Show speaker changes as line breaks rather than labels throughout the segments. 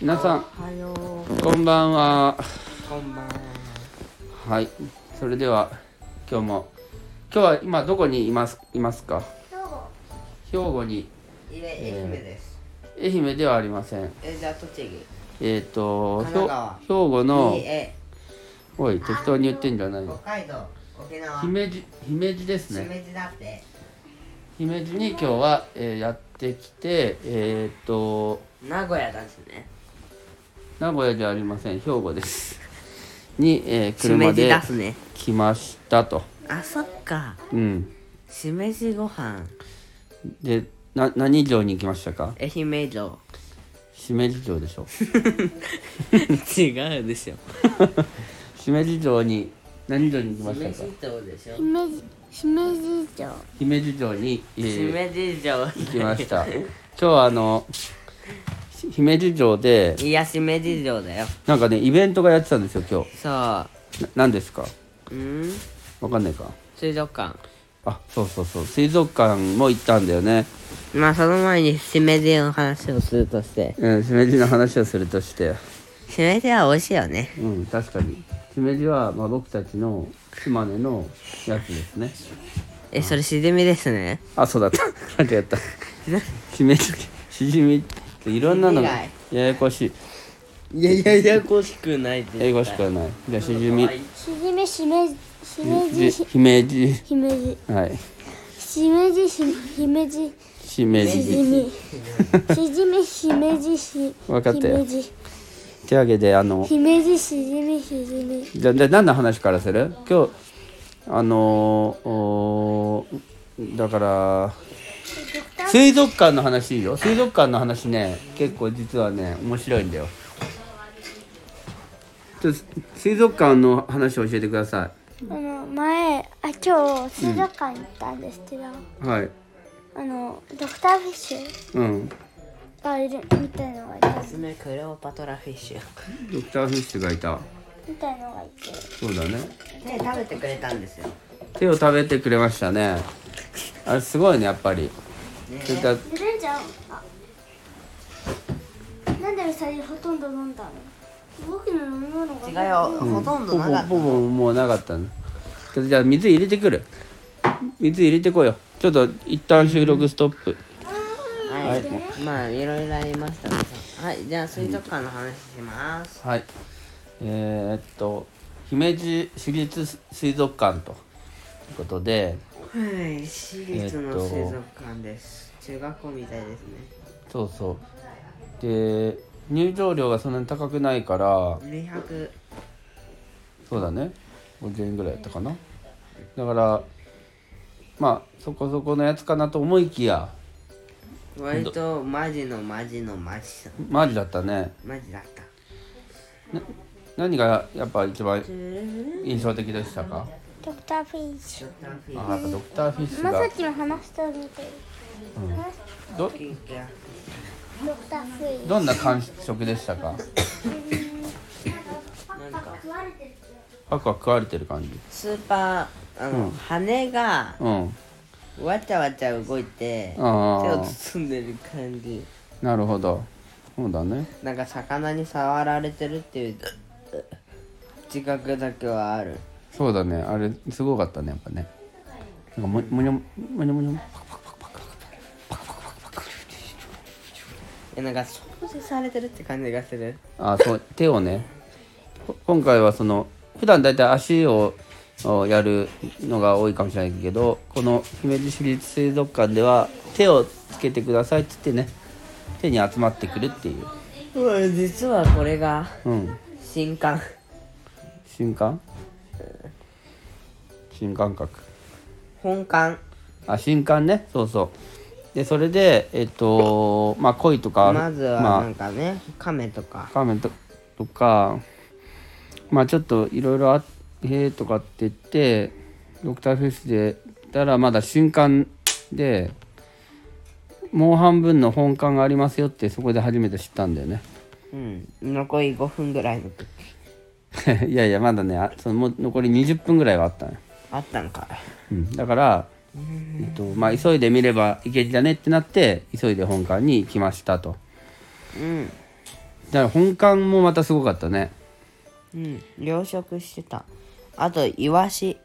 皆さん
おはよ
こんばんは
うこんばんは
はいそれでは今日も今日は今どこにいますいますか兵庫に
いえ愛媛です
愛媛ではありません
えじゃあ栃木
えっ、とひょ
神奈川
兵庫の
三重
おい適当に言ってんじゃない
北
よ
海道沖縄
姫路姫路です
姫
ね
路だって
姫路に今日は、えーやってきてえっ、と
名古屋だしね
名古屋じゃありません兵庫です に、えー
姫
車
路
で
だすね
来ましたと
あそっか
うん
しめじご飯
でな何城に行きましたか
愛 媛城
姫路城でしょ
違うでしょ
姫路城に何城に行きま
姫
したか
路城でしょ
姫路姫路城
姫路城に、えー
姫路
行きま
城
した今日はあのし姫路城で
いやしめじ城だよ
なんかねイベントがやってたんですよ今
そ
日な何ですか
ううん
わかんないか
水族館
あそうそうそう水族館も行ったんだよね、
まあその前にしめじの話をするとして
うん、姫路の話をするとして
しめじは美味しいよね
うん確かに姫路は、まあ、僕たちの島根のやつですね
えそれしじみですね
あそうだった なんかやったしめじしじみっていろんなのが
し
ややこしい
いやいややこしくないで
ややこしくはないじゃあしじみ
しじみしめじしめ
じ
じし
姫路
姫路
はい
しめじし姫路
しめ
し
じ
じみしじみしめじし
わかったよ
姫路
というわけであの
姫路しじみしじみ
じゃじゃあ何の話からする今日あのー、おーだから水族館の話いいよ水族館の話ね結構実はね面白いんだよちょっと水族館の話を教えてくださ
あの前あ今日水族館行ったんですけど、
いはい
あのドクターフィッシュ
うん
がいるみたいのがいた
爪クレオパトラフィッシュ
ドクターフィッシュがいた
みたいのがいて
そうだね
で食べてくれたんですよ
手を食べてくれましたねあれすごいねやっぱりそれから
でれんちゃんあなんでウサギほとんど飲んだの僕の飲み物が
違うよ、ほとんどなかった
ボコボコもうなかったのちょっとじゃあ水入れてくる水入れてこいよちょっと一旦収録ストップ
はい、まあいろいろありましたねはいじゃあ水族館の話します
はいえーっと姫路市立水族館ということで
はい私立の水族館です、中学校みたいですね
そうそうで入場料がそんなに高くないから
200
そうだね50円ぐらいだったかなだからまあそこそこのやつかなと思いきや
割とマジのマジのマジさ
マジだったね
マジだった
何がやっぱ一番
ド
印象的でしたか
ドクターフィッシ
クターフィ
あやっぱドクターフィッシ
ュ
ュ
まあ
が
さっきも話したみたい
ど
ッシュ
ドクターフィッシュ
どんな感触でしたか
なんか
パクは食われてる感じ
スーパーあ
う
の、
ん
羽が
うん
わちゃわちゃ動いて手を
あ
包んでる感じ
あなるほどそうだね
なんか魚に触られてるっていう自覚だけはある
そうだねあれすごかったねやっぱねなんかももにょもにょもにょ
えなんか掃除されてるって感じがする
あそう手をねこ今回はその普段だいたい足をおやるのが多いかもしれないけどこの姫路市立水族館では手をつけてくださいっつってね手に集まってくるっていう、
うん実はこれが
うん、
新刊
新感新感覚
本館
あ新感ねそうそうでそれでえっとまあ鯉とか
まずはなん
ま
かね、亀とか
あ、カメととかまあちょっといろいろあへーとかって言ってドクターフェスで行ったらまだ新感でもう半分の本館がありますよってそこで初めて知ったんだよね
うん、残り5分ぐらいの時
いやいやまだねあそのもう残り20分ぐらいはあったね
あったのか
うん、だから、えっとまあ、急いで見ればいけるじゃねってなって急いで本館に行きましたと
うん
だから本館もまたすごかったね
うん養殖してたあとイワシ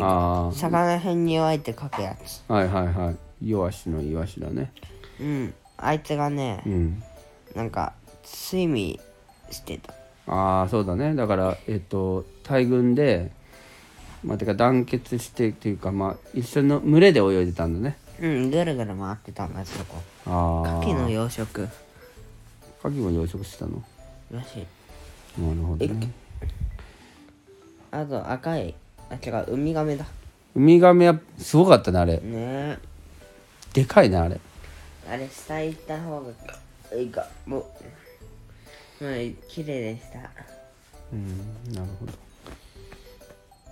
あ
魚辺に弱いって書くやつ
あはいはいはいイワシのイワシだね
うんあいつがね
うん
なんか睡眠してた
ああそうだねだからえっと大群でまあてか団結してっていうかまあ一緒の群れで泳いでたんだね
うんぐるぐる回ってたんだそこ
ああ
牡蠣の養殖
カキも養殖してたの
らしい
なるほどね
あと赤いあ違うウミガメだ
ウミガメはすごかったねあれ
ね
でかいなあれ
えあれ下行った方がういかもうはい綺麗でした
うんなるほど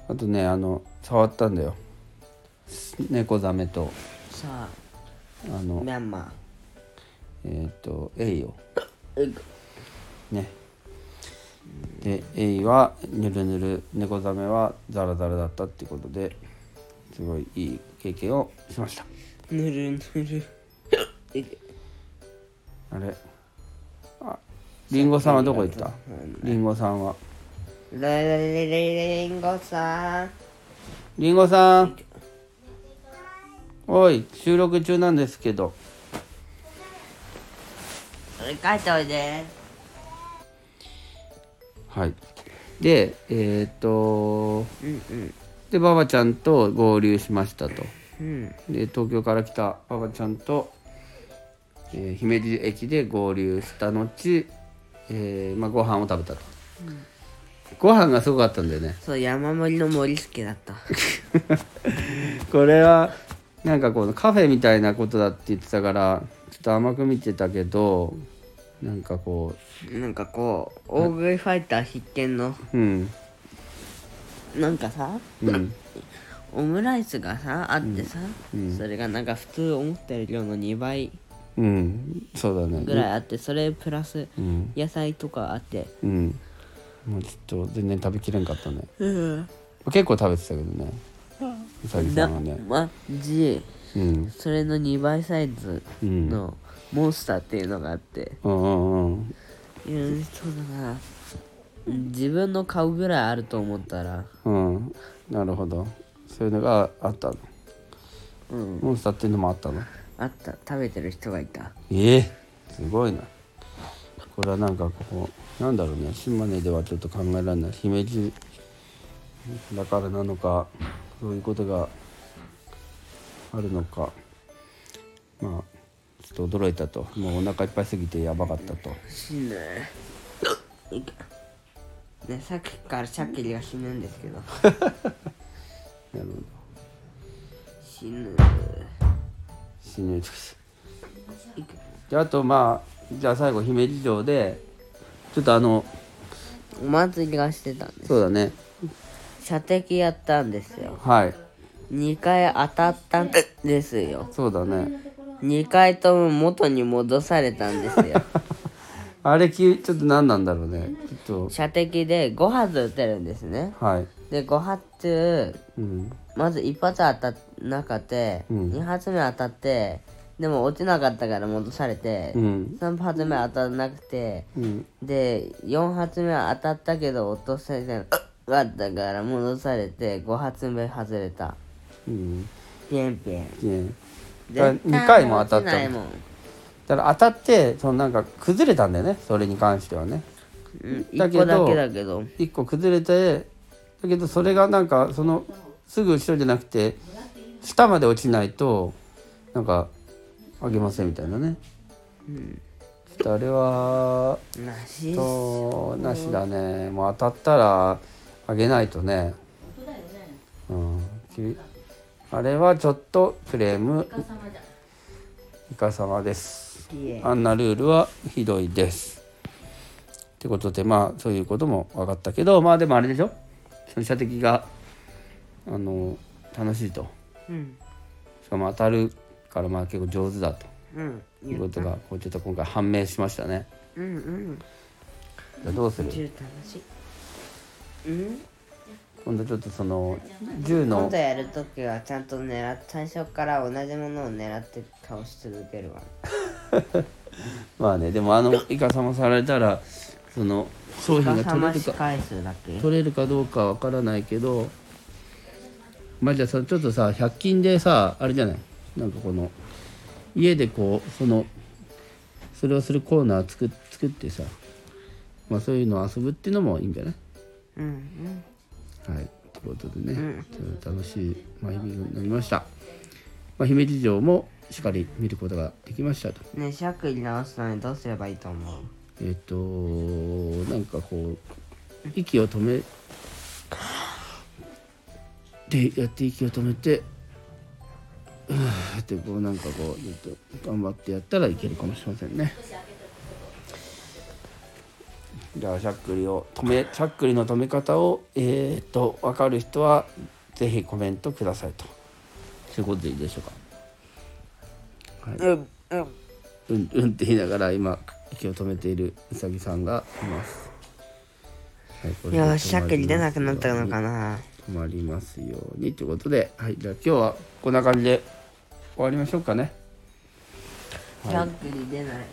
あとねあの触ったんだよ猫ザメと
さ
あ
あ
の
ミャンマ
えっ、とエイを
ーういか
ねでエイはぬるぬる猫ザメはザラザラだったってことですごいいい経験をしました
ぬるぬるうい
あれあリンゴさんはどこ行ったリンゴさんは
ルルルリンゴさん
リンゴさんおい収録中なんですけど
うい帰っておいで
はいでえっ、と
うんうん
で馬場ちゃんと合流しましたと
うん
で東京から来た馬場ちゃんと、えー姫路駅で合流した後、えーまあ、ご飯を食べたと、ご飯がすごかったんだよね
そう山盛りの盛り付けだった
これはなんかこのカフェみたいなことだって言ってたからちょっと甘く見てたけどなんかこ
なんかこう大食いファイター必見の
ううん
なんかさ
うん
オムライスがさあってさ、
うん
それがなんか普通思ってる量の2倍
うんそうだね
ぐらいあってそれプラス
うん
野菜とかあって
うんもうちょっと全然食べきれんかったね
うん
結構食べてたけどねうさぎさ
だ
んはね
マジ
うん
それの2倍サイズ
うん
のモンスターっていうのがあって、
うんうんうん
いやそうだな自分の顔ぐらいあると思ったら
うんなるほどそういうのがあったの
うん
モンスターっていうのもあったの
あった食べてる人がいた
ええすごいなこれはなんかこうなんだろうね島根ではちょっと考えられない姫路だからなのかそういうことがあるのかまあちょっと驚いたともうお腹いっぱいすぎてやばかったと
死ぬいけねさっきからシャッキリが死ぬんですけど
なるほど
死ぬ
死ぬです
いけ
であとまあじゃあ最後姫路城でちょっとあの
お祭りがしてたんです
そうだね
射的やったんですよ
はい
2回当たったんですよ
そうだね
2回とも元に戻されたんです よ
あれきちょっと何なんだろうねちょっ
射的で5発撃てるんですね
とはい
で5発中
うん
まず1発当たんなかって、
うん
2発目当たってでも落ちなかったから戻されて、
うん
3発目当たらなくて
うん
で4発目当たったけど落とせなかったから戻されて5発目外れた
うん
ピエンピエン
ねだから
絶対
2回も当たっ
落ちな
た
い
の
もん
だから当たってそのなんか崩れたんだよねそれに関してはね
うん、
だ
1
けど
個だけだけど
1個崩れてだけどそれがなんかそのすぐ後ろじゃなくて下まで落ちないとなんかあげませんみたいなねちょっとあれは
なし
そうなしだねもう当たったらあげないとねうんきあれはちょっとクレームいかさまです
いえ
あんなルールはひどいですってことでまあそういうことも分かったけどまあでもあれでしょその射的があの楽しいと
うん
しかも当たるからまあ結構上手だと
うん
いうことがこうちょっと今回判明しましたね
うんうん
じゃあどうする
銃楽しいうん
今度ちょっとその銃
今
の
度やるときはちゃんと狙っ最初から同じものを狙って倒し続けるわ
まあねでもあのイカサマされたらその商品が取れる
し
か
返すだっけ
取れるかどうかわからないけどまあじゃあさちょっとさ100均でさあれじゃないなんかこの家でこうそのそれをするコーナー作っ作ってさまあそういうのを遊ぶっていうのもいいんじゃない
うんうん
はい、ということでね、ちょっと楽しい毎日になりました。まあ、姫路城もしっかり見ることができましたと。
ねえ尺入れ直すのにどうすればいいと思う
えっ、と、なんかこう、息を止めでやって息を止めて、ふーってこうなんかこう、ずっと頑張ってやったらいけるかもしれませんね。じゃあしゃっくりを止めしゃっくりの止め方をえーっと分かる人はぜひコメントくださいとそういうことでいいでしょうか、はい、うんうんうんって言いながら今息を止めているうさぎさんがいます、はい、これ
い
で
や尺入れなくなったのかな
止まりますようにということで、はい、じゃあ今日はこんな感じで終わりましょうかね
尺入れないやっ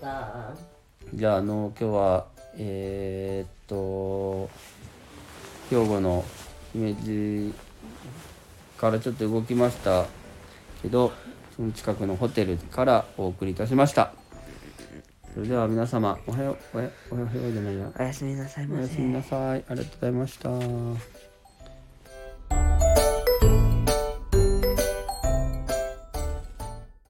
たー
じゃあ、あの、今日は、えーっと、兵庫の姫路からちょっと動きましたけど、その近くのホテルからお送りいたしました。それでは皆様、おはよう、おはよう、おはようじゃないや。
おやすみなさい
お
ま
や
せ
すみなさい。ありがとうございました。